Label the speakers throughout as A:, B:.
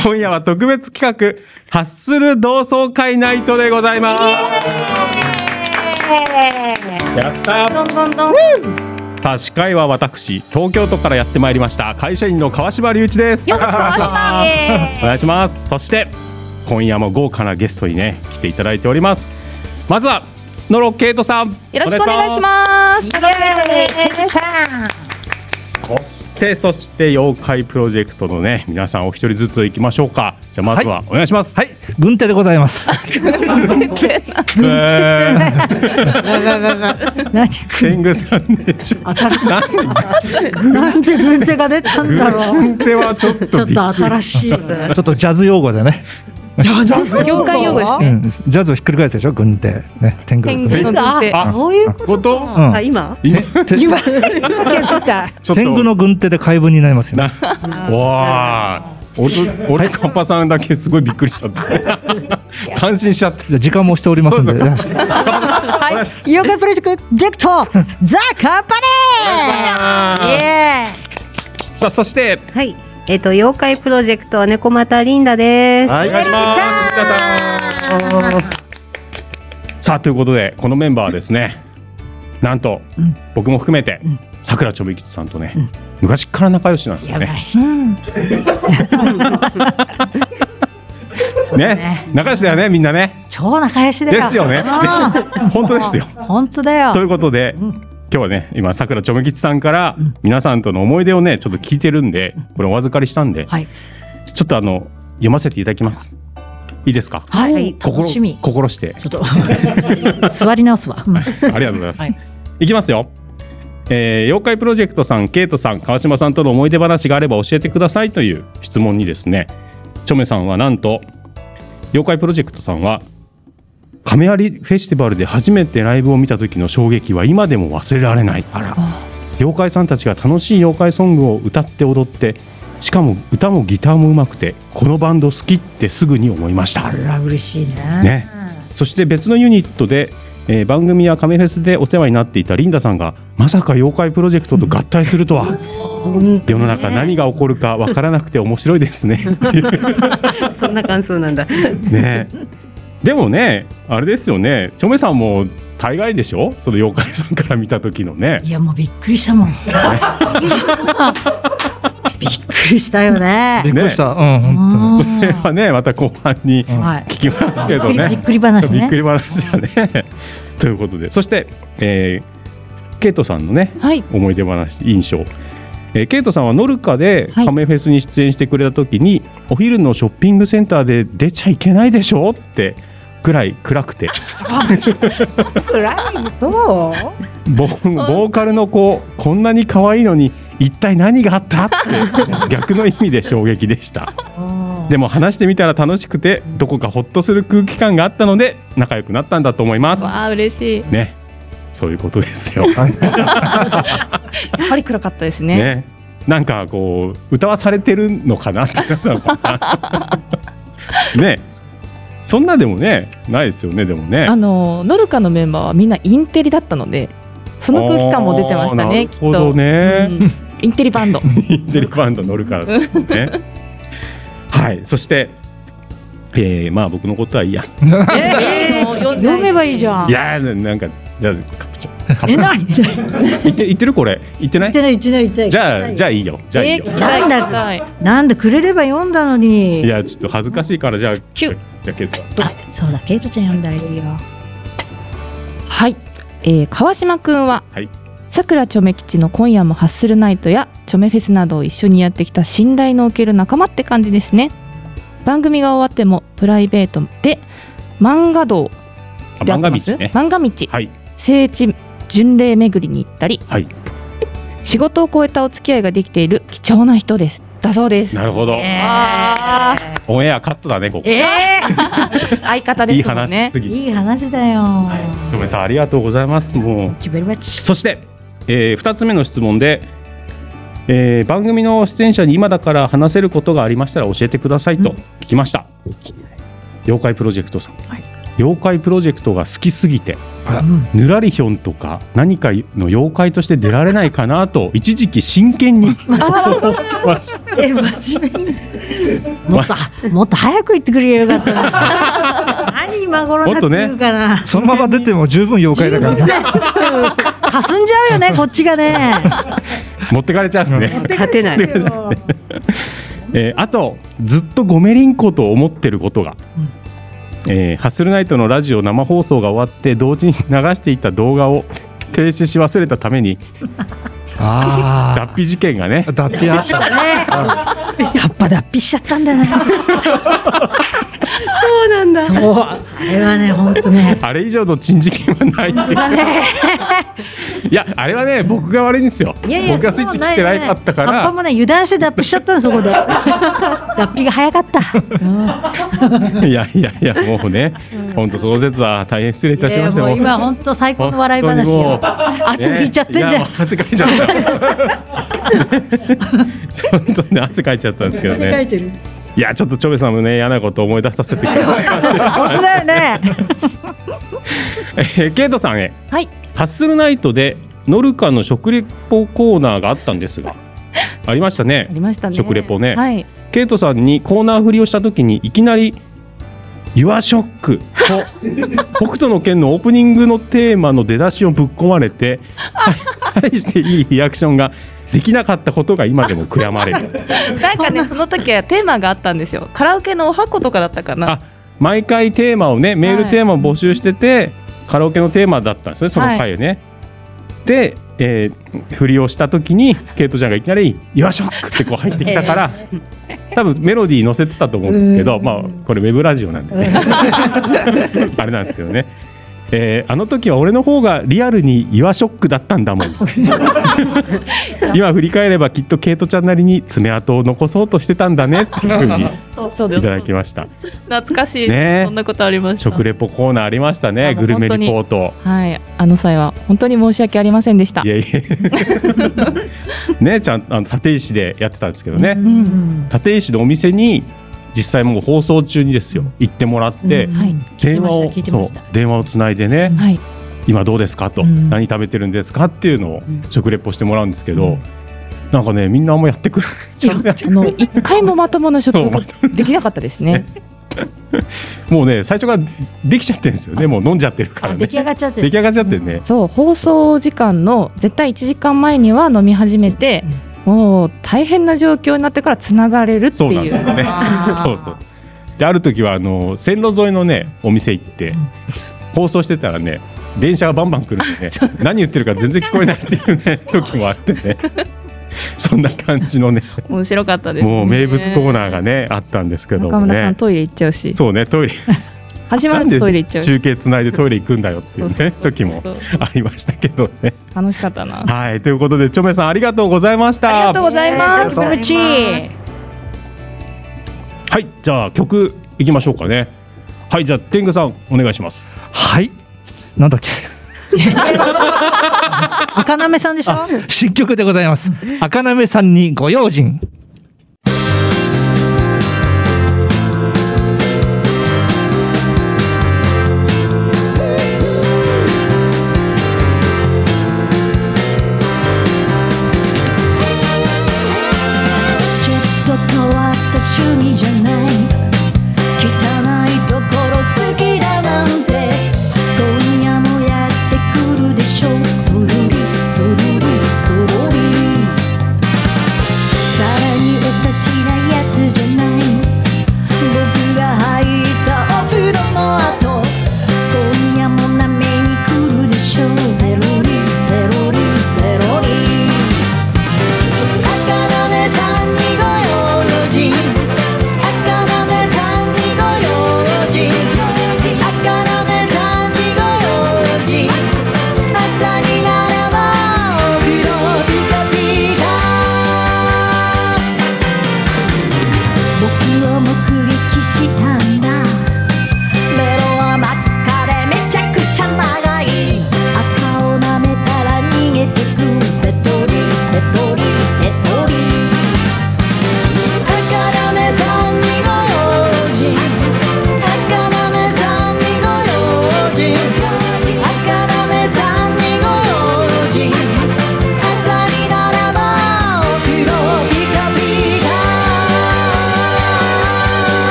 A: 今夜は特別企画、ハッスル同窓会ナイトでございます。やったー
B: どんどんどん。
A: さあ司会は私東京都からやってまいりました会社員の川島隆一です
B: よろしくお願いします
A: お願いしますそして今夜も豪華なゲストにね来ていただいておりますまずはノロケイトさん
B: よろしくお願いします。高野です
A: お願いしますそしてそして妖怪プロジェクトのね皆さんお一人ずつ行きましょうかじゃあまずはお願いします、
C: はい、軍手でございます。
A: えー
D: がががが何
A: 天狗さんでしょ
D: なんで軍手が出たんだ ろう。
A: 軍手はちょっ
D: ちょ
A: と
D: っ
A: びっ
D: と
A: くり
D: 新しいよね。
C: ちょっとジャズ用語でね。
B: 業界用語です
C: う
B: ね。
C: ん、ジャズをひっくり返すでしょ、軍手。ね、天狗。
B: 天狗の
C: う
B: 軍手。
D: あ、そういうこ
A: ことと
D: か。
C: ん
E: あ、今
A: 今
C: て
D: 今今気づいた。
A: ちょっと
C: 天狗の軍手で怪文になりますよ、ね。
A: わあ、おと俺カンパさんだけすごいびっくりしちゃって、感心しちゃって。
C: じゃあ時間も押しておりますんで。
A: そう
D: はい、ヨガプロジェクトザカンパネー。イエーイ。
A: さあそして
E: はい。えっ、と、妖怪プロジェクト、猫又リンダです。
A: はいお願いします。皆さん。さあということでこのメンバーはですね、なんと、僕も含めて、さくらちょびきちさんとね、昔から仲良しなんですよ
D: やばい
A: ね。。ね仲良しだよねみんなね。
D: 超仲良しだよ。
A: ですよね
D: うん。
A: 本当ですよ。
D: 本当だよ
A: とい。うことで、今日はね今さくらちょめきちさんから皆さんとの思い出をねちょっと聞いてるんでこれお預かりしたんで、
D: はい。
A: ちょっとあの読ませていただきますいいですか
D: はい。楽しみ。
A: 心心して
D: ちょっと座り直すわ。うん
A: ありがとうございます、
D: はいい、
A: きますよえー妖怪プロジェクトさんケイトさん川島さんとの思い出話があれば教えてくださいという質問にですねちょめさんはなんと妖怪プロジェクトさんは亀有フェスティバルで初めてライブを見た時の衝撃は今でも忘れられない
C: あら。
A: 妖怪さんたちが楽しい妖怪ソングを歌って踊ってしかも歌もギターもうまくてこのバンド好きってすぐに思いました
D: あら嬉しいね。
A: ねそして別のユニットで、えー番組やカメフェスでお世話になっていたリンダさんがまさか妖怪プロジェクトと合体するとは 世の中何が起こるかわからなくて面白いですね
E: そんな感想なんだ。
A: ねでもねあれですよねチョメさんも大概でしょその妖怪さんから見た時のね
D: いやもうびっくりしたもん。びっくりしたよね
C: び。っくりした。うん、本
A: そ れはねまた後半に
C: 当に。
D: はい。
A: 聞きますけどね
D: びっくり話
A: びっ
D: ね
A: く。り話だね。ということでそして、えーケイトさんのね
B: はい。
A: 思い出話印象、えーケイトさんはノルカで
B: はい
A: カメフェスに出演してくれた時に、お昼のショッピングセンターで出ちゃいけないでしょってくらい暗くて
D: そう。
A: ボボーカルの子こんなに可愛いのに一体何があったって逆の意味で衝撃でした。でも話してみたら楽しくてどこかほっとする空気感があったので仲良くなったんだと思います。
B: わあ嬉しい。
A: ね、そういうことですよ。
B: やっぱり暗かったですね。
A: ね、なんかこう歌わされてるのかなってなったのか な。ね、そんなでもね、ないですよね、でもね
F: あ。のノルカのメンバーはみんなインテリだったのでその空気感も出てましたね
A: あ
F: きっ
A: ーなるほど
F: と、
A: ね
F: う。んインテリバンド
A: デルバンド乗るから ね。はい、そして。えー、まあ僕のことはいいや。
E: えー、
D: 読めばいい じゃん。
A: いやーなんかじゃあか
D: え、何言っ
A: 言って言ってるこれ言ってない？
D: てない言ってない言ってない。
A: じゃあじゃ
D: ゃ
A: あいいよじゃあいいよ。
D: なんだあ。なんでくれれば読んだのに。
A: いやちょっと恥ずかしいからじゃあ
F: キュッ
A: じゃあケイさん。
D: あ、そうだ、ケイトちゃん読んだらいいよ。
F: はい、えー川島くんは
A: はい
F: さくらちょめ吉の今夜もハッスルナイトやちょめフェスなどを一緒にやってきた信頼のおける仲間って感じですね番組が終わってもプライベートで漫画道
A: あ
F: で合っ
A: 漫
F: て
A: 画
F: ま
A: 道
F: す
A: ね。
F: 漫画道
A: はい
F: 聖地巡礼巡りに行ったり、
A: はい
F: 仕事を超えたお付き合いができている貴重な人ですだそうです
A: なるほど。
F: あ
A: オンエアカットだねここ。
D: ええ
F: 相方
A: い
F: で
A: い
F: すもん
A: 話
F: ね
A: すぎ。
D: いい話だよ。
A: ごめんなさいありがとうございます。もう
D: チベルバチ。
A: そして、え2つ目の質問で、えー番組の出演者に今だから話せることがありましたら教えてくださいと聞きました。妖怪プロジェクトさん、妖怪プロジェクトが好きすぎてぬらりひょんとか何かの妖怪として出られないかなと一時期真剣に思ってました
E: え、真面目に。
D: もっと、もっと早く言ってくれよよかったな。何今頃だっていうかな。
C: そのまま出ても十分妖怪だから。
D: かすんじゃうよね、こっちがね。
A: 持ってかれちゃうんで、
E: 持ってかれちゃうよ
A: 勝てないえーあとずっとごめりんこと思ってることが、えーハッスルナイトのラジオ生放送が終わって同時に流していた動画を 停止し忘れたために脱
C: あ
A: 皮事件がね
C: あ。脱皮あった。
D: カッパ脱皮しちゃったんだよな。
E: そうなんだ。
D: そう、あれはね、本当ね。
A: あれ以上の珍事件はないっていう
D: だね。
A: いやあれはね僕が悪いんですよ
D: いやいや、
A: 僕がスイッチ切ってなかったから
D: カッパもね、油断して脱皮しちゃったの、そこで。脱皮が早かった。
A: いやいやいやもうね、本当その説は大変失礼いたしました。
D: もう
A: もう
D: 今、本当最高の笑い話よ。汗拭いちゃってんじゃん
A: ねいやもう。 汗かいちゃった。本当ね汗かいちゃったんですけどね。いやちょっとチョベさんもね嫌なこと思い出させてく ださい。
D: 本当だよね。
A: えーケイトさんへ。
B: はい。
A: ハッスルナイトでノルカの食レポコーナーがあったんですが、ありましたね
F: あ。りましたね。
A: 食レポね
F: はい。
A: ケイトさんにコーナー振りをした時にいきなり「Your Shock」と「北斗の拳」のオープニングのテーマの出だしをぶっ込まれてはい大していいリアクションができなかったことが今でも悔やまれる
F: なんかね、 その時はテーマがあったんですよ。カラオケのお箱とかだったかな。
A: あ毎回テーマをねメールテーマを募集してて、カラオケのテーマだったんですねその回ね。で、えー振りをした時 にケイトちゃんがいきなり「Your Shock」ってこう入ってきた から。多分メロディー載せてたと思うんですけど、まあ、これウェブラジオなんでね あれなんですけどね、えーあの時は俺の方がリアルにイワショックだったんだ もん今振り返ればきっとケイトちゃんなりに爪痕を残そうとしてたんだねっていうふう に
F: そうで
A: い
F: す
A: た。だきました
F: 懐かしい。
A: ね
F: そんなことありました。
A: 食レポコーナーありました
F: あ
A: ね
F: もう
A: グルメリポート
F: はい。あの際は本当に申し訳ありませんでした
A: い。やいやねちゃんあの立石でやってたんですけどね、立石のお店に実際もう放送中にですよ行ってもらって、
F: はい。
A: 電話を
B: 聞いてま
A: そう
B: した
A: 電話をつないでね、
F: はい。
A: 今どうですかと、何食べてるんですかっていうのを食レポしてもらうんですけど、なんかねみんなあんまやってくれ ちゃうね
F: あの一回もまともな食
A: そうま
F: レポできなかったですね。
A: もうね最初からできちゃってるんですよねもう飲んじゃってるから
D: あ
A: ね
D: 出来上がっちゃって
A: 出来
D: る。
A: 上がっちゃってね、
F: そう放送時間の絶対1時間前には飲み始めて、もう大変な状況になってからつながれるって
A: そうなん
F: い
A: で
F: う
A: すよね そうそうである時はあの線路沿いのねお店行って、放送してたらね電車がバンバン来るん でね何言ってるか全然聞こえないっていうね時もあってねそんな感じのね
F: 面白かったです、ね、
A: もう名物コーナーがねあったんですけど
F: 中
A: も
F: 村さ
A: ね
F: んトイレ行っちゃうし
A: そうねトイレ
F: 始ま
A: な
F: る
A: んで
F: とトイレ行っちゃうし
A: 中継つないでトイレ行くんだよっていうね時も
F: そう
A: ありましたけどね。
F: 楽しかったなあ
A: はいということでチョメさんありがとうございました。
F: りがとうございます
D: キムチ。
A: はいじゃあ曲いきましょうかね。はいじゃあ天狗さんお願いします。
C: はい。なんだっけ。
D: 赤なめさんでしょ
C: 新曲でございます。赤なめさんにご用心。
G: ちょっと変わった趣味じゃない汚いところ好きだなんて今夜もやってくるでしょそろりそろりそろりさら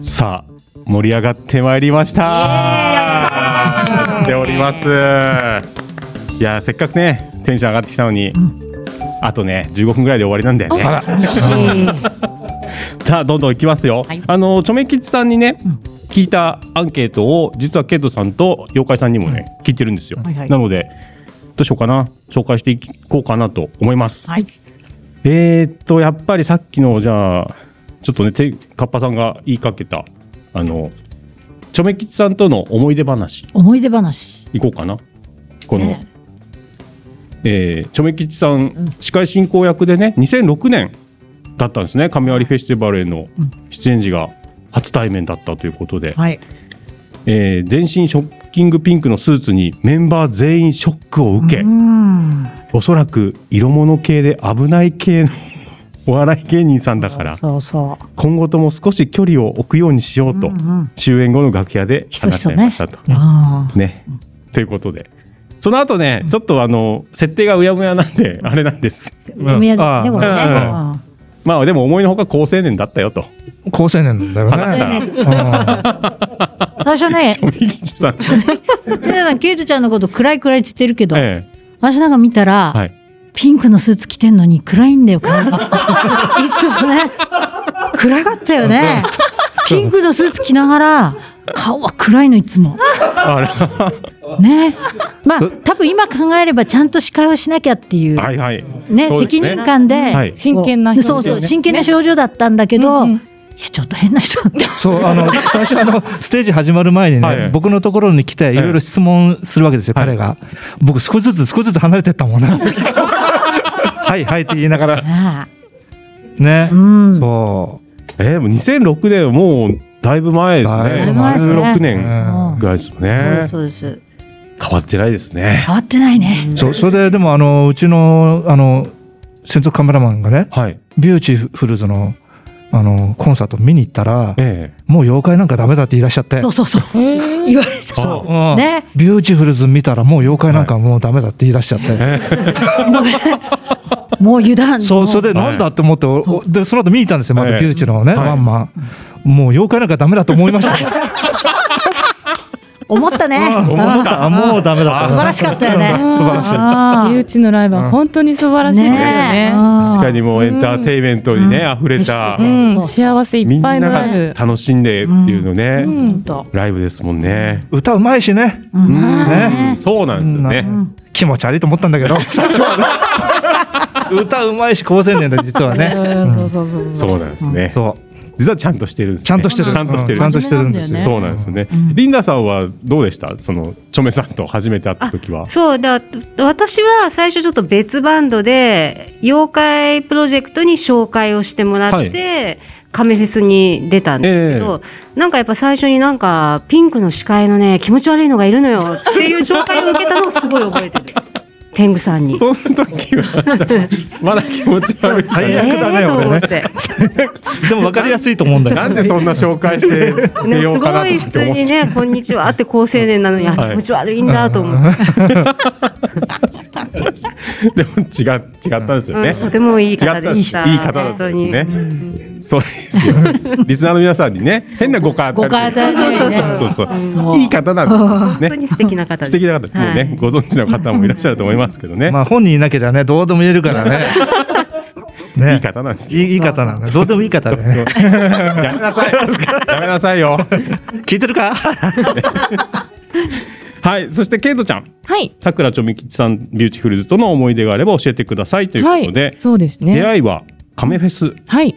A: さあ盛り上がってまいりましたっておりますいやせっかくねテンション上がってきたのに、あとね15分ぐらいで終わりなんだよねさあどんどんいきますよ、あのちょめきちさんにね、聞いたアンケートを実はケイトさんと妖怪さんにもね、聞いてるんですよ、
D: はいはい
A: なのでどうしようかな紹介していこうかなと思います、
D: はい。
A: えー、っとやっぱりさっきのじゃあちょっとねてカッパさんが言いかけたあのちょめきちさんとの思い出話
D: 思い出話。
A: いこうかなこの、
D: ね
A: えー、チョメ吉さん司会進行役でね2006年だったんですね亀有フェスティバルへの出演時が初対面だったということで、
D: はい。
A: えー全身ショッキングピンクのスーツにメンバー全員ショックを受け、
D: うん。
A: おそらく色物系で危ない系のお笑い芸人さんだから
D: そうそう。
A: 今後とも少し距離を置くようにしようと、
D: うんうん
A: 終演後の楽屋で話し合いましたと。
D: ああ。
A: ね。ということで。その後ね、ちょっとあの、設定がうやむやなんで、あれなんです。
C: うん
E: 宮崎
C: あ
E: でも
A: う
E: ね
A: んまあでも思いのほか高青年だったよと。
C: 高青年だよ
A: 話した
C: ね。
A: ら、チ
D: 最初 ね、
A: ョミ吉さん。
D: 皆さん、ケイトちゃんのこと暗い暗いって言ってるけど、
A: ええ
D: 私なんか見たら、
A: はい。
D: ピンクのスーツ着てんのに暗いんだよ、顔 が。いつもね。暗かったよね。ピンクのスーツ着ながら、顔は暗いの、いつも。
A: あら
D: ね。まあ
A: そ、
D: 多分今考えればちゃんと司会をしなきゃっていう、
A: はいはい。
D: ね、
A: そうです
D: 責任感で、
A: はい
D: こう
F: 真剣な表情
D: そう
F: ね
D: そう、真剣な表情だったんだけど、
F: うんうん
D: いや、ちょっと変な人だった。
C: そう、あの、最初あの、ステージ始まる前に
A: はい
C: ね、僕のところに来て、いろいろ質問するわけですよ、
A: はい
C: 彼が。僕、少しずつ、少しずつ離れてったもんな。はい、はいって言いながら。
D: あ
C: ね
D: あう。ん。
C: そ
A: ええもう2006年はもう、だいぶ前ですね。
C: だいぶ
D: 前ですね
A: 16
C: う。う
A: 年
C: ん
A: ぐらいですもん
D: そう
A: ね
D: です、。そうです。
A: 変わってないですね。
D: 変わってないね。
C: そう、それで、でも、あの、うちの、あの、専属カメラマンがね、
A: はい。
C: ビューチフルズの、あの、コンサート見に行ったら、
A: え
C: もう妖怪なんかダメだって言い出しちゃって。
D: そうそうそう。言われた。
A: あ
C: そううん
D: ね
C: ビューティフルズ見たらもう妖怪なんかもうダメだって言い出しちゃって。
D: もう油断。
C: そう、それで
A: はい
C: なんだって思って、おおで、その後見に行ったんですよ、ま
A: ええ
C: だビューチのね、
A: はい
C: ワンマン。もう妖怪なんかダメだと思いま した。
D: 思ったね。
A: 思った
C: あもうダメ
A: あ
C: だった。
D: 素晴らしかったよね
C: うん素晴らしい。
D: あ
F: 身
D: ー
F: 内のライブは本当に素晴らしいですよ
D: ねえ
F: ね。
A: え確かにもうエンターテインメントにね、溢れた
D: う。ん
F: うん、幸せい
A: み
F: っ
A: ん
F: ぱ
A: ない
F: のライ
A: が
F: ブ。
A: 楽しんでっていうのね、
F: うん
D: 本当。
A: ライブですもんね。
C: 歌うまいしね、
D: うん
A: うん
C: ね
A: そうなんですよね。
C: 気持ち悪いと思ったんだ けど、最初はね 歌うまいし、高青年で実は ね。
D: そうそうそうそう。
A: そうなんですね。
C: そ
A: 実はちゃんとしてるんです、ね。
C: う、ちゃんとしてる。
A: ちゃんとしてる。
C: ちゃんとしてるんです
D: 真面目なんだよね
C: よ。
A: そうなんですよね、リンダさんはどうでしたそのチョメさんと初めて会った時は。
E: そうだ私は最初ちょっと別バンドで妖怪プロジェクトに紹介をしてもらって、カメフェスに出たんですけど、なんかやっぱ最初になんかピンクの視界のね気持ち悪いのがいるのよっていう紹介を受けたのをすごい覚え てる天狗さんに。
A: その時はじゃあまだ気持ち悪い。
C: 最悪だ
E: え
C: ね、
E: ーと思
C: 俺
E: っ
C: ね。
E: て
C: でも分かりやすいと思うんだ
A: なん
C: よ。
A: でそんな紹介して
E: ね、
A: 出
E: す
A: ようかなと
E: ごい
A: か
E: 普
A: って
E: 通
A: 思っ
E: に
A: て。
E: ね、こんにちはって高青年なのに、あ
A: はい
E: 気持ち悪いんだと思って、
A: でも違う違ったんですよ
E: うん
A: ね。
E: とてもいい
A: 違った
E: 方
A: ん
E: で
A: で
E: し
A: す
E: た。
A: いい方だったんですね。そうですよ。リスナーの皆さんにね、変な誤解あったりとか
D: 誤解あったりね
A: そうそうそう
D: そう
A: いい方なんです
E: 本
A: よ
E: 当
A: ね。
E: に素敵な方です。
A: 素敵な方、もう
E: は
A: ね
E: い、
A: ご存知の方もいらっしゃると思いますけどね。
C: まあ本人いなきゃね、どうでも言えるからね。ね
A: いい方なん ですよ。
C: いいいい方なんだ。どうでもいい方だね。
A: やめなさい。やめなさいよ。
C: 聞いてる か
A: はい、そしてケイトちゃん、
F: はい。
A: さくらちょみきちさん、ビューティフルズとの思い出があれば教えてくださいということで、
F: はい、そうです
A: 出
F: ね。
A: 会いはカメフェス
F: はい。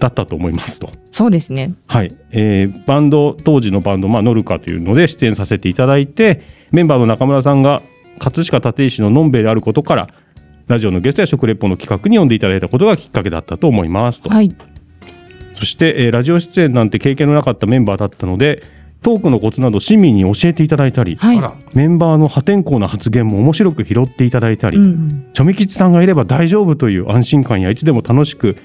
A: だったと思いますと。
F: そうですね。
A: はい、えーバンド当時のバンド、まあ、ノルカというので出演させていただいてメンバーの中村さんが葛飾立石ののんべえであることからラジオのゲストや食レポの企画に呼んでいただいたことがきっかけだったと思いますと、
F: はい。
A: そして、えーラジオ出演なんて経験のなかったメンバーだったのでトークのコツなど市民に教えていただいたり、
F: はい。
A: メンバーの破天荒な発言も面白く拾っていただいたり、
F: うん。
A: チョミキチさんがいれば大丈夫という安心感やいつでも楽しく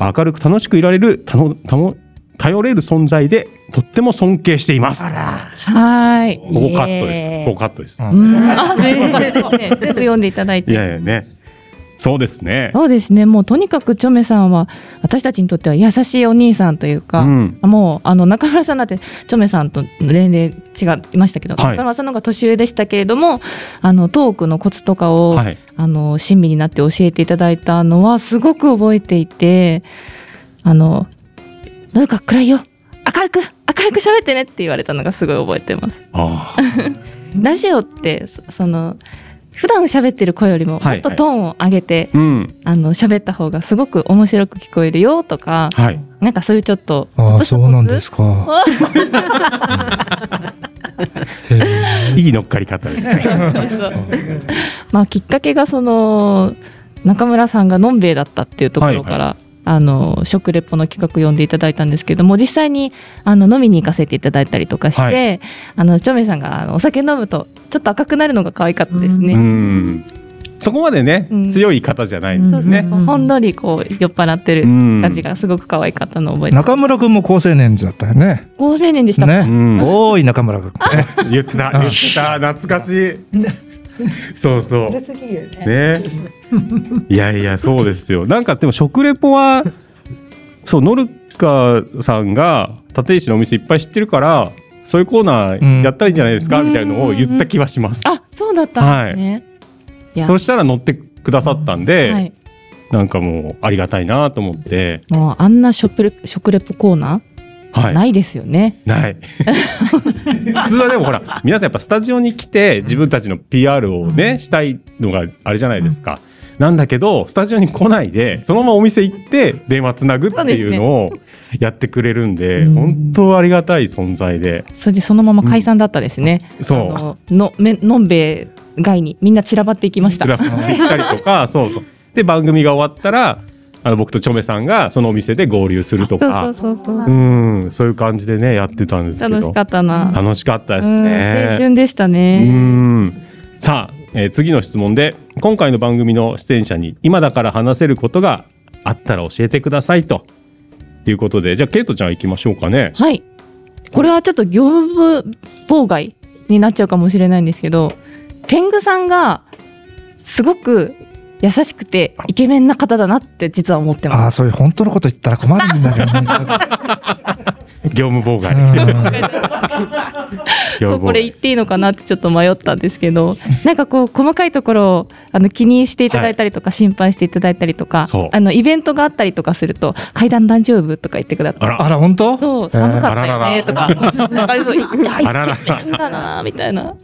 A: 明るく楽しくいられるたのたの頼れる存在でとっても尊敬しています。
F: はい。
A: ここカットで
D: イエ
A: す。
D: ーイ
A: ここカットです。
F: うん。あ、全然ですね。全部読んでいただい
A: い
F: て。
A: やいやね。そうですね。
F: そうですねもうとにかくチョメさんは私たちにとっては優しいお兄さんというか、
A: うん
F: もうあの中村さんだってチョメさんと年齢違いましたけど、
A: はい
F: 中村さんの方が年上でしたけれどもあのトークのコツとかを、
A: はい。
F: あの親身になって教えていただいたのはすごく覚えていてあの「のるか暗いよ明るく明るく喋ってね」って言われたのがすごい覚えてます。
A: あ
F: ラジオってそその普段喋ってる声よりもも
A: はい
F: っとトーンを上げて
A: あ。うん。
F: あの喋った方がすごく面白く聞こえるよとか、
A: はい。
F: なんかそういうちょっとちょ
C: あ
F: っ
C: あ、
F: とした
C: そ
F: コツ
C: うなんですか。
F: あ
C: へえ
A: いい乗っかり方ですね。
F: そうそう まあきっかけがその中村さんがのんべえだったっていうところから、あの食レポの企画読んでいただいたんですけども実際にあの飲みに行かせていただいたりとかして、
A: は
F: あのチョメさんがあのお酒飲むとちょっと赤くなるのが可愛かったですね。
A: うん。そこまでね、
F: うん
A: 強い方じゃないで
F: そ
A: す
F: うそうそう
A: ね。
F: ほんのりこう酔っ払ってる
A: うん
F: 感じがすごく可愛かったのを覚えて、
C: 中村くんも高青年だったよね。
F: 高青年でした、
A: う
C: ね。
A: ん。
C: 多い中村くん。ね
A: 言ってた、言ってた、懐かしい。そうそう。古すぎるね。いやいや、そうですよ。なんかでも食レポは。そう、ノルカさんが立石のお店いっぱい知ってるから。そういうコーナーやったらいいんじゃないですか、
F: うん
A: みたいのを言った気はします。
F: あそうだったんですね、いや
A: そしたら乗ってくださったんで、
F: はい、
A: なんかもうありがたいなと思って。
F: もうあんな食レ食レポコーナ
A: は
F: ー
A: い。
F: ないですよね、
A: ない。普通はでもほら、皆さんやっぱスタジオに来て自分たちの PR をね、したいのがあれじゃないですか。なんだけど、スタジオに来ないで、そのままお店行って電話つなぐっていうのをやってくれるんで、
F: うん
A: 本当ありがたい存在で。
F: それでそのまま解散だったですね、
A: うんそう
F: あののめのんべえ街にみんな散らばっていきまし
A: クラ
F: た
A: フト行ったりと か、そうそう。で、番組が終わったら、あの僕とチョメさんがそのお店で合流すると
F: そう
A: か、
F: そうそうそう
A: うん、そういう感じでね、やってたんですけど。
F: 楽しかったな、
A: 楽しかったです
F: うん
A: ね。
F: 青春でした
A: うー
F: ね、
A: んさあ、えー次の質問で今回の番組の出演者に今だから話せることがあったら教えてくださいということでじゃあケイトちゃん行きましょうかね
F: はいこれはちょっと業務妨害になっちゃうかもしれないんですけど天狗さんがすごく優しくてイケメンな方だなって実は思って
C: あ
F: ま
C: あ、
F: す
C: そういう本当のこと言ったら困るんだけどね。
A: 業務妨 害
C: うん
A: 業
F: そう
A: 務
F: こ
A: 妨
F: れ
A: 害
F: 言っていいのかなってちょっと迷ったんですけどなんかこう細かいところをあの気にしていただいたりとか、心配していただいたりとか
A: そう
F: あのイベントがあったりとかすると「階段大丈夫?」とか言ってくださって
A: あら
C: あら、本当
F: そう
C: えー
F: 寒かったよね」とか「な んかそうい
A: あらら
F: やイケメンだな」みたいな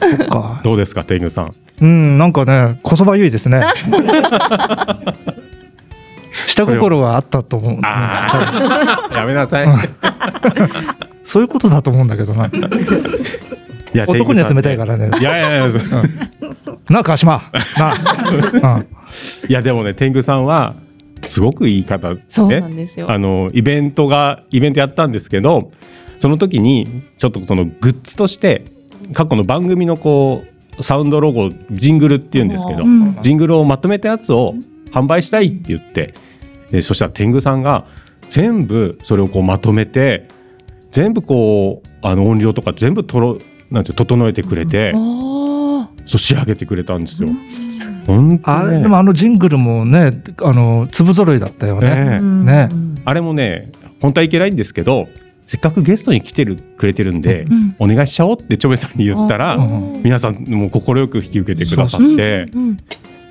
C: そっか。
A: どうですか天狗さん
C: うん、なんかね、こそばゆいですね。下心はあったと思う。
A: ああ やめなさい
C: そういうことだと思うんだけどな。
A: いや
C: 男には冷たい
A: ら
C: からね。
A: いやいやいやそう
C: なあ、川島。なあ。うん
A: いやでもね天狗さんはすごくいい方で
F: そうなんですよ
A: あのイベントがイベントやったんですけどその時にちょっとそのグッズとして過去の番組のこうサウンドロゴジングルっていうんですけど、
D: うん
A: ジングルをまとめたやつを販売したいって言ってでそしたら天狗さんが全部それをこうまとめて全部こうあの音量とか全部とろなんていう整えてくれて、そう仕上げてくれたんですよ。本当
C: あれ、
A: ね
C: でもあのジングルもね、あの、粒揃いだったよ
A: ねえ
C: ね。ね
A: あれもね、本当はいけないんですけど、せっかくゲストに来てるくれてるんで、
F: ん
A: お願いしちゃおうってチョメさんに言ったら、
C: うん
A: 皆さんもう快く引き受けてくださって、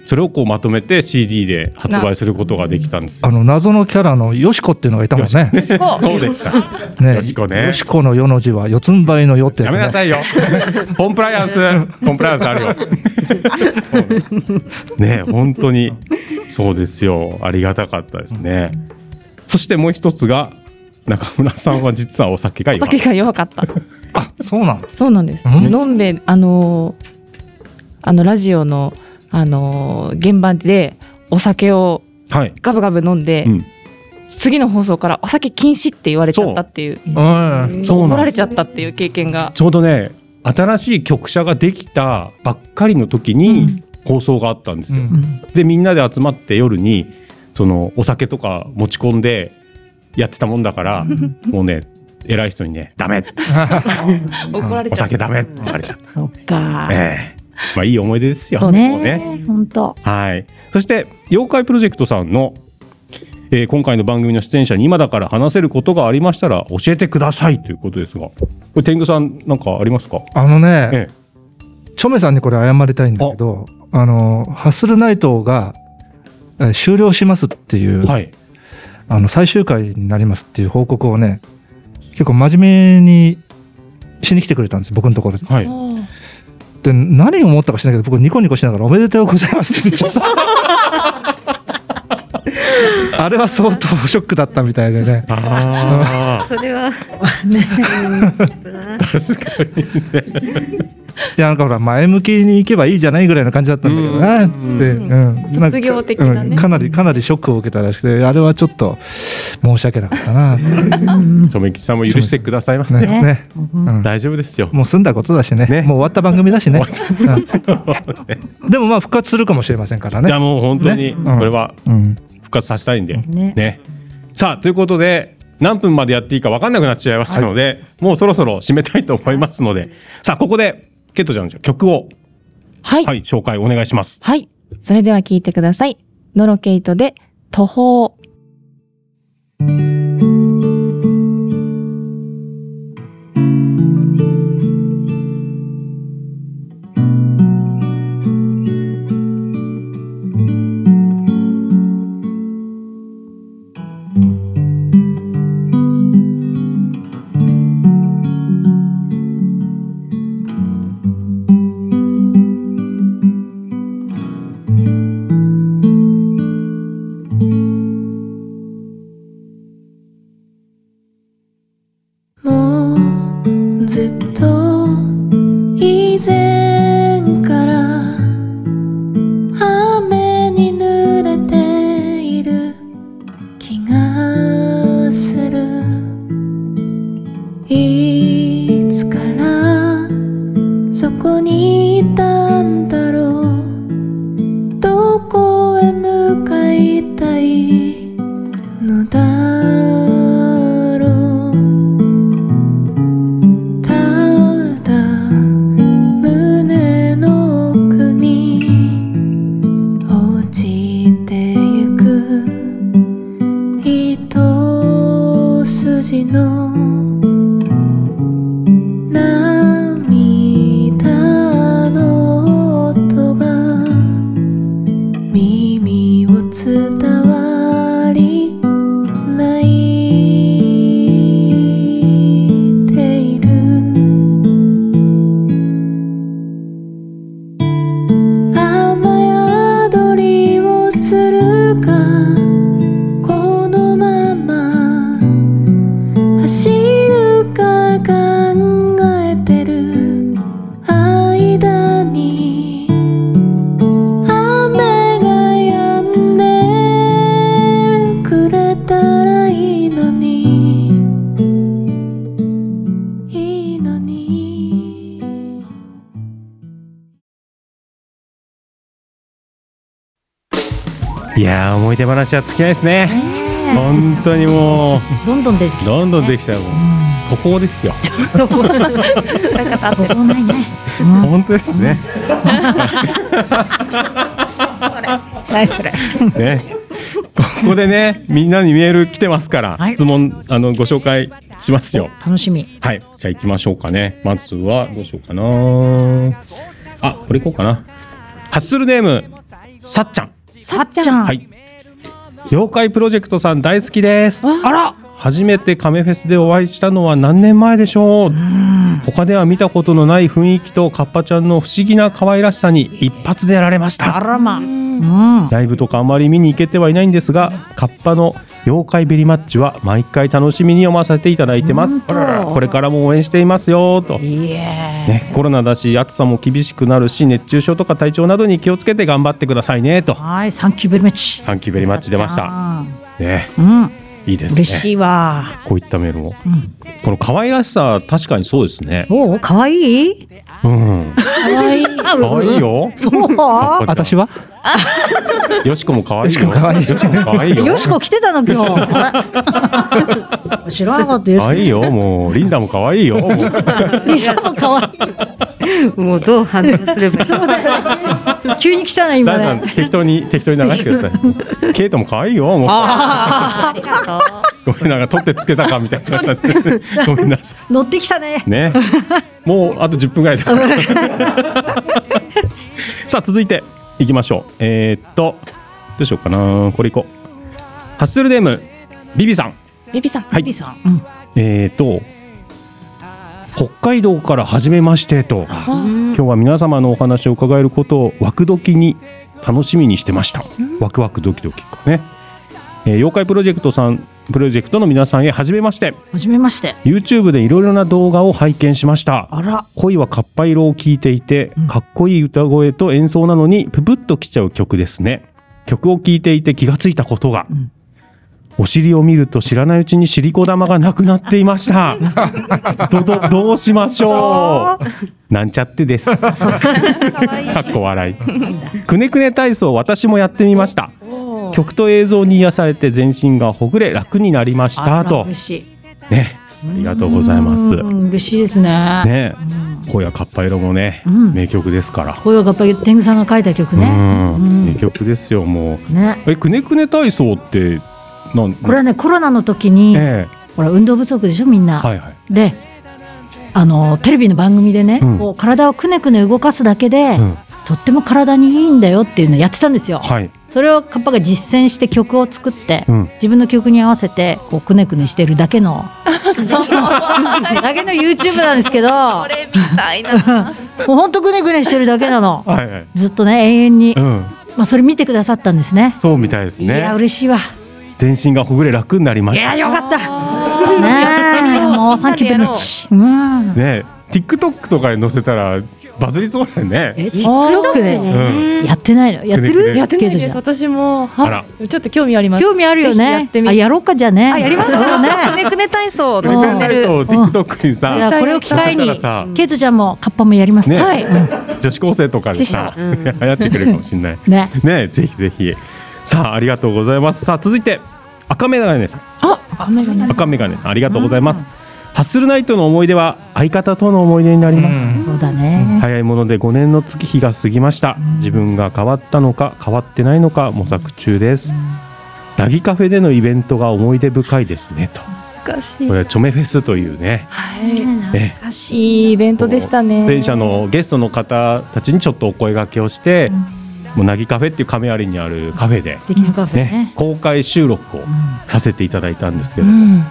A: それをこうまとめて CD で発売することができたんです
C: あ
A: よ。
C: の、謎のキャラのヨシコっていうのがいたもんね。
A: そうでした。
C: ね
A: よしこね
C: よしこの世の字は四つん這いの世って
A: やめな
C: やつね。
A: さいよ。コンプライアンス、コンプライアンスあるよ。そうね、本当に。そうですよ。ありがたかったですね。そしてもう一つが、中村さんは実はお酒が
F: お
A: 弱い
F: 酒が弱かった
C: あ、そうなの。
F: そうなんです。
C: うん
F: のんべえあのーあのラジオのあのー現場でお酒を
A: はい。
F: ガブガブ飲んで、
A: うん
F: 次の放送からお酒禁止って言われちゃったっていう
C: うん。
A: そうなん
F: 怒られちゃったっていう経験が
A: ちょうどね新しい局舎ができたばっかりの時に放送があったんですよ。
C: うん
A: でみんなで集まって夜にそのお酒とか持ち込んでやってたもんだ からもうね偉い人にね「ダメ
F: 怒られ
A: お
F: ちゃっ
A: 酒ダメ」って言われちゃう。
D: そっか
A: ええまあいい思い出ですよ。
D: そうね
A: もうね
D: 本当。
A: はい。そして妖怪プロジェクトさんの、えー今回の番組の出演者に今だから話せることがありましたら教えてくださいということですが、これ天狗さんなんかありますか？
C: あのね、
A: え
C: チョメさんにこれ謝りたいんだけど、あの、ハッスルナイトがえー終了しますっていう、
A: はい。
C: あの、最終回になりますっていう報告をね、結構真面目にしに来てくれたんですよ、僕のところで。
A: はい。
C: で、何を思ったかしないけど、僕ニコニコしながらおめでとうございますって言 っちゃった。あれは相当ショックだったみたいでね。
A: あ
E: それは。
C: いやなんかほら前向きに行けばいいじゃないぐらいな感じだったんだけどなって、うんなんか
F: 卒業的な
C: うん
F: ね
C: かなりかなりショックを受けたらしくてあれはちょっと申し訳なかったな、ね
A: あ、チョメキさんも許してくださいますよ。
C: ねうん
A: 大丈夫ですよ。
C: もう済んだことだしね
A: ね
C: もう終わった番組だしね、うんでもまあ復活するかもしれませんから
A: いや
C: ね、
A: もう本当に
C: ねうん
A: これは
C: うん、
A: 復活させたいんで、ね
D: ね
A: さあということで何分までやっていいか分かんなくなっちゃいましたので、もうそろそろ締めたいと思いますので、さあここでケットちゃんの曲を、
F: はい。
A: は
F: はい。
A: い、紹介お願いします。
F: それでは聞いてください。ノロケイトで、途方。
G: もうずっと以前から雨に濡れている気がするいつからそこにいたんだろうどこへ向かいたいのだろうただ胸の奥に落ちてゆく一筋の涙の音が耳を伝わり泣いている雨宿りをするかこのまま走るか考えてる間に雨が止んでくれたらいいのにいいのに
A: いやー思い出話は尽きないですね。本当にも
D: どんどん出てき
A: う
D: てるね
A: どんどんできちゃうもん。途方ですよ。
D: ここないね。
A: 本当ですね。
D: 何それ。
A: ね。ここでねみんなにメール来てますから、
D: はい
A: 質問あのご紹介しますよ。
D: 楽しみ。
A: はい。じゃあ行きましょうかね。まずは、どうしようかな。あ、これ行こうかな。ハッスルネーム、さっちゃん。
D: さっちゃん。
A: はい。妖怪プロジェクトさん大好きです。
D: あら。
A: 初めてカメフェスでお会いしたのは何年前でしょう他では見たことのない雰囲気とカッパちゃんの不思議な可愛らしさに一発でやられまし
D: あ
A: た。
D: らま。うん。
A: ライブとかあまり見に行けてはいないんですが、カッパの妖怪ベリマッチは毎回楽しみに読ませていただいてます。
D: 本当
A: これからも応援していますよ、と。
D: いえ。
A: ね、コロナだし暑さも厳しくなるし熱中症とか体調などに気をつけて頑張ってくださいねと
D: はい、サンキューベルマッチ。
A: サンキューベリマッチ出ました
D: さ
A: ね
D: っちゃん。うん。
A: いいですね
D: 嬉しいわ。
A: こういったメールも
D: うん。
A: この可愛らしさ確かにそうですね
D: おお、可愛い。
A: うん。
F: 可愛いい。
A: 可愛いよ。
D: そう
C: 私は
A: よしこも可愛いよ。
C: よしこ可愛い
A: よしこ可愛いよ。
D: よしこ来てたの今 日あれ知らなかった
A: 可
D: よ
A: 愛いよ。もうリンダも可愛いよ。もう
D: リサも可愛い
E: もうどう反応すればいい
D: そうだよね急に来たね今
A: ダイさん
D: ね
A: 適当に適当に流してください。ケイトも可愛いよ。もう。 ごめんなんか取ってつけたかみたいになっちゃって。ごめんなさ
D: 乗ってきたね
A: い。ね。もうあと10分ぐらいだから。さあ続いていきましょう。えーっとどうしようかな。これいこう。ハッスルネームビビさん。
F: ビビさん。
A: はい
D: リさんうん
A: えー、と北海道から初めましてと
F: あ
A: 今日は皆様のお話を伺えることをワクドキに楽しみにしてました、ワクワクドキドキかね、えー妖怪プロジェクトさんプロジェクトの皆さんへ初めまして
D: はじめまして
A: YouTube でいろいろな動画を拝見しました
D: あら
A: 恋はかっぱ色を聞いていて、
D: うん
A: かっこいい歌声と演奏なのにププッときちゃう曲ですね曲を聴いていて気がついたことが、
D: うん
A: お尻を見ると知らないうちにシリコ玉がなくなっていました どどどうしましょうなんちゃってですかっこ笑 いくねくね体操私もやってみました曲と映像に癒されて全身がほぐれ楽になりまし
D: あ
A: た
D: ら
A: と
D: 嬉しい
A: ねありがとうございます
D: うん嬉しいですね
A: ね
D: うん
A: 声はかっぱ色もね、
D: うん
A: 名曲ですから。
D: こういうやっぱり天狗さんが書いた曲
A: う
D: ね。
A: ん
D: うん
A: 名曲ですよ、も
D: ね。
A: う。え、くねくね体操って、なん、
D: これはね、コロナの時に、
A: ええ
D: ほら、運動不足でしょ、みんな。
A: はいはい。
D: で、あの、テレビの番組でね、
A: うん
D: こう体をくねくね動かすだけで、
A: うん
D: とっても体にいいんだよっていうのをやってたんですよ。
A: はい。
D: それをカッパが実践して曲を作って、
A: うん
D: 自分の曲に合わせて、こう、くねくねしてるだけの、だけの YouTube なんですけど、
F: これみたいな。
D: もうほんとくねくねしてるだけなの。
A: はいはい。
D: ずっとね、永遠に
A: う。ん。
D: まあ、それ見てくださったんですね。
A: そうみたいです
D: い
A: ね。
D: や、嬉しいわ。
A: 全身がほぐれ楽になりま
D: い
A: し
D: や、
A: た。
D: よかった。
F: あ
D: ねえ、もうサンキューベルチ。うん。
A: ね、TikTok とかに載せたらバズりそうだよね。
D: え、TikTok で
A: うん。
D: やってないのやって
A: くねく
D: る
A: ね
F: やってないです。
D: ケイト
F: 私も。
A: あら
F: は。ちょっと興味ありま
D: じゃん
F: す。
D: 興味あるよ
F: ぜひや
D: ね
F: って。み
D: あ、やろうかじゃあね。
F: あ、やります
D: だ
F: か。
D: よ
F: ね、
D: ね。
F: ねくね体操
A: くね
F: の
A: く
F: チ
A: ね
F: ャンネ
A: 体
F: ル。
A: 操を TikTok に
D: いや
A: さ、
D: これを機会
A: 載
D: に
A: せたらさ、
D: ケイトちゃんもカッパもやりますか。
A: ね、女子高生とかでさ、
E: うん
A: 流行ってくれるかもしれない。
D: ね。
A: ね、ぜひぜひ。さあ、ありがとうございます。さあ、続いて、赤メガネさん。
D: あ、メガネ。
A: 赤メガネさん、ありがとうございます。ハッスルナイトの思い出は相方との思い出になります。
D: そうだね。
A: 早いもので5年の月日が過ぎました。自分が変わったのか変わってないのか模索中です。ダギカフェでのイベントが思い出深いですねと。
F: 懐かしい
A: これはチョメフェスというね、
F: はい。
A: ね
F: いいイベントでしたね。
A: 電車のゲストの方たちにちょっとお声掛けをして、もうナギカフェっていう亀有にあるカフェで
D: 素敵なカフェ
A: ね
D: ね、。
A: 公開収録をさせていただいたんですけど、
F: うん。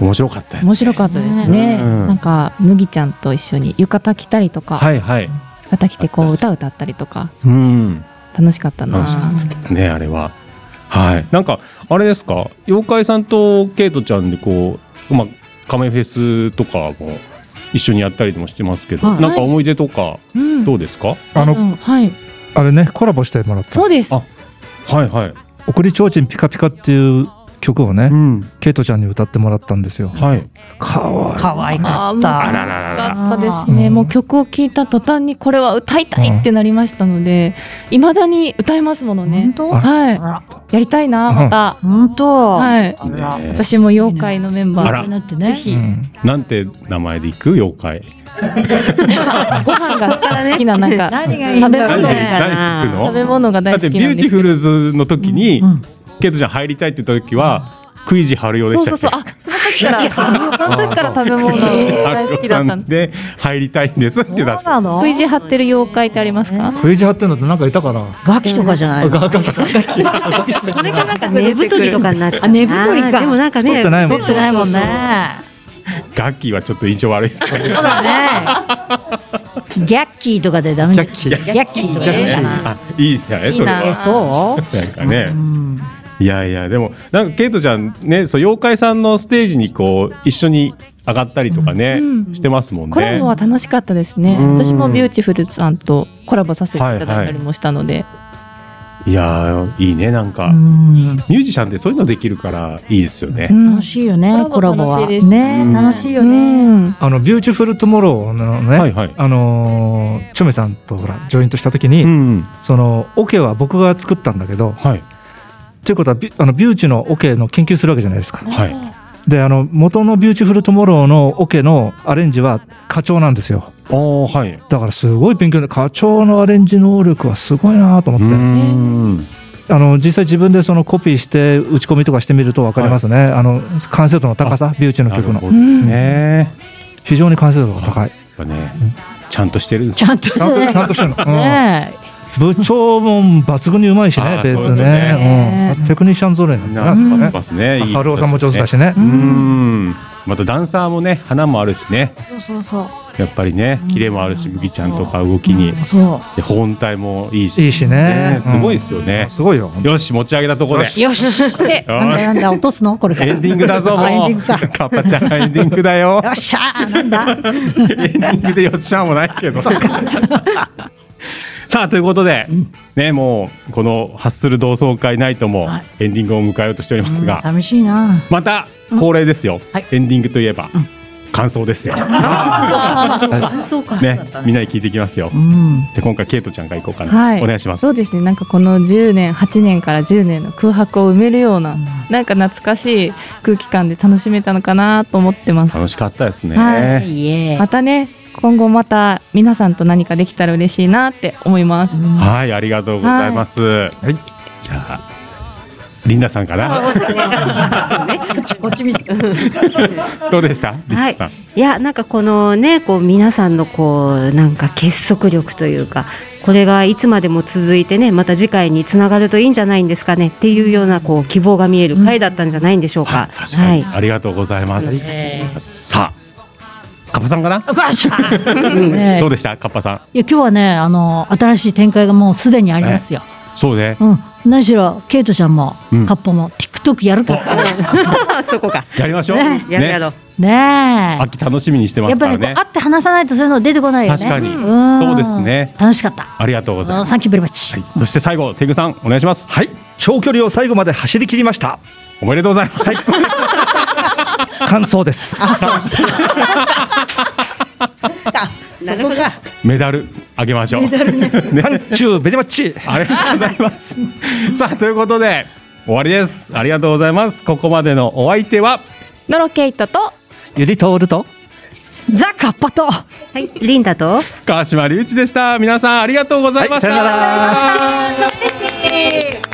A: 面白かったです。
F: 面白かったですね。
A: うん
F: なんか麦ちゃんと一緒に浴衣着たりとか、
A: はいはい。
F: 浴衣着てこう歌歌ったりとか
A: うん。
F: 楽しかったな
A: 楽しか。ですねあれは。はい。なんかあれですか、妖怪さんとケイトちゃんでこうまあ亀フェスとかも一緒にやったりもしてますけど、
D: はい
A: なんか思い出とか
F: うん。
A: どうですか？
C: あ
F: う
C: の、
F: んはい。
C: あれね、コラボしてもらった
F: そ。うです
A: あ。はいはい。
C: 送りちょうちんピカピカっていう曲をね、
A: ん。
C: ケイトちゃんに歌ってもらったんですよ。
A: はい。
C: かわいい。
D: 可愛か
F: あ
D: っ
F: ー
D: た。
A: らららら
F: もう楽しかったですね。
C: うん
F: もう曲を聴いた途端にこれは歌いたいってなりましたので、いまだに歌えますもの
D: 本
F: ね。
D: 当？あ
F: はい。
D: ら、
F: やりたいなまた。
D: 本当。
F: はい
D: あら。
A: ね
F: 私も妖怪のメンバ
A: あ
F: ー
A: ら
D: 気になってね。
C: うん
A: なんて名前で行く妖怪？
F: ご飯が好きななん か
E: 何が
F: いいんだろう
A: 何
F: ね
A: 何行くの？
F: 食べ物が
A: だ
F: 大
A: っ
F: 好きな
A: て
F: ん
A: ビ
F: ですけ
A: ュ
F: ど
A: ーティフルズの時に、
D: うん
A: ケイトちゃん入りたいって言った時は、クイジハルヨで
F: そう
A: した
F: そ
A: っけ
F: うそう。あ、その時から、 その時から食べ物大好きだった
A: さん
F: んで。
A: で入りたいんですって
D: そう
A: 確か
D: なの
F: 食？い地張ってる妖怪ってありますか？
C: クイジハってるのってなんかいたかな
D: ガキとかじゃないの？
E: これがなんか寝太りとかになっちゃう。
D: あ寝太りか
E: あーでもなんか
C: 太っ
E: ね
C: て、ないもん
D: 撮ってないもんね。
A: ガッキーはちょっと印象悪いですね。
D: そうだね。ギャッキーとかでダメだ。
C: ギャッキー
D: ギャッキーとかでいいかな。
A: あいいじゃないそれは
D: え、そう？
A: なんかね、
D: うん
A: いやいやでもなんかケイトちゃんねそう妖怪さんのステージにこう一緒に上がったりとかね、
F: うん
A: してますもんね。
F: コラボは楽しかったですね。
A: うん
F: 私もビューティフルさんとコラボさせていただいたりもしたので、
A: いやーいいねなんか、
D: うん
A: ミュージシャンってそういうのできるからいいですよね、
D: 楽しいよね、コラボは。
F: コラボ楽しいです
D: ね、
A: うん
D: 楽しいよ
F: う
D: ね。
F: ん。
C: あの、ビューティフルトゥモローのね、
A: はいはい
C: あのーチョメさんとほら、ジョイントした時に、
A: うん
C: その、オケは僕が作ったんだけど、
A: はい
C: ということはビュ、あのビューチュのオケの研究するわけじゃないですか。
A: はい
C: で、あの、元のビューティフルトゥモローのオケのアレンジは課長なんですよ。
A: ああはい
C: だからすごい勉強で、課長のアレンジ能力はすごいなと
A: うー
C: 思って、
A: ん
C: あの、実際自分でそのコピーして、打ち込みとかしてみると分かりますね。あの、完成度の高さ、ビューチュの
A: なる
C: 曲
A: ほ
C: の。
A: どね、
C: 非常に完成度が高
A: や
C: い。
A: っぱねちゃんとしてるんです
D: ちゃんと
C: ちゃん と、ちゃんとしてるの。うん
D: ね。
C: 部長も抜群にうまいし
A: あ
C: ね
A: ー、
C: ベース
A: そうですよ
C: ね
D: ね。
C: うんテクニシャン揃いなんだ
A: な
C: な、
A: ス
C: そこ
A: パ
C: ね
A: ス。パスねいい人たちね
C: 春尾さんも上手だしね
A: う。んまたダンサーもね花もあるしね
D: そうそうそう。
A: やっぱりねキレもあるし麦ちゃんとか動きに
D: そ
A: で本体もいいし
C: いいしね
A: すごいですよね、
C: すごいよ。
A: よし持ち上げたところで
D: う。よし。
A: よし
D: なんだなんだ、落とすのこれから。
A: エンディングだぞもう
D: あエンディングか。
A: カッパちゃんエンディングだよ
D: よっしゃーなんだ
A: エンディングでよっしゃーもないけど さあということで、ねもうこのハッスル同窓会ナイトも
D: はい
A: エンディングを迎えようとしておりますが、
D: 寂しいな。
A: また恒例ですよ、
D: はい
A: エンディングといえば、感想ですよ、
E: そうか。
A: ねみんなに聞いていきますよ、
D: うん。
A: じゃあ今回ケイトちゃんから行こうかな、
F: はい
A: お願いします
F: そうですね。なんかこの10年、8年から10年の空白を埋めるような、なんか懐かしい空気感で楽しめたのかなと思ってます。
A: 楽しかったですね、、
F: はい
D: いいえ
F: ま。たね、今後また皆さんと何かできたら嬉しいなって思います。
A: はいありがとうございます、はい、じゃあリンダさんかな
D: こっち、こっち見て。
A: どうでしたリン
E: は
A: ダ
E: い
A: さん、、
E: いやなんかこのねこう皆さんのこうなんか結束力というかこれがいつまでも続いてねまた次回につながるといいんじゃないんですかねっていうようなこう希望が見える回だったんじゃないんでしょう
A: はい
E: か。
A: 確かに、
E: はい
A: ありがとうございます、さあカッパさんかな、
D: よっしゃーねえ
A: どうでしたカッパさん
D: いや今日はねあの新しい展開がもうすでにありますよ。
A: そうね
D: うん、何しろケイトちゃんも、
A: うん
D: カッポも TikTok やるからね。
E: そこか。
A: やりましょう、
D: ね
E: やるやろう。
D: ね
A: 秋楽しみにして
D: え。
A: ま
D: や
A: す
D: っ
A: か
D: ぱ
A: ら
D: り、
A: ね
D: ね、こう会って話さないとそういうの出てこないよね。
A: 確かに
D: ん
A: そうですね
D: 楽しかった。
A: ありがとうございます、
D: サンキューベリバッチ
A: はい、。そして最後テグさんお願いします
C: はい。長距離を最後まで走り切りました。
A: おめでとうございます、
C: 感想です。
D: あそこか。
A: メダルあげましょう
D: メダ ルね。
C: サンチューベリマッチ。
A: ありがとうございます。さあということで終わりです。ありがとうございます。ここまでのお相手は
F: ノロケイトと、
C: ゆりとおると。
D: ザカッパと。
E: はい、リンダと。
A: 川島隆一でした。皆さんありがとうございました。
C: はいさよなら
A: さよなら。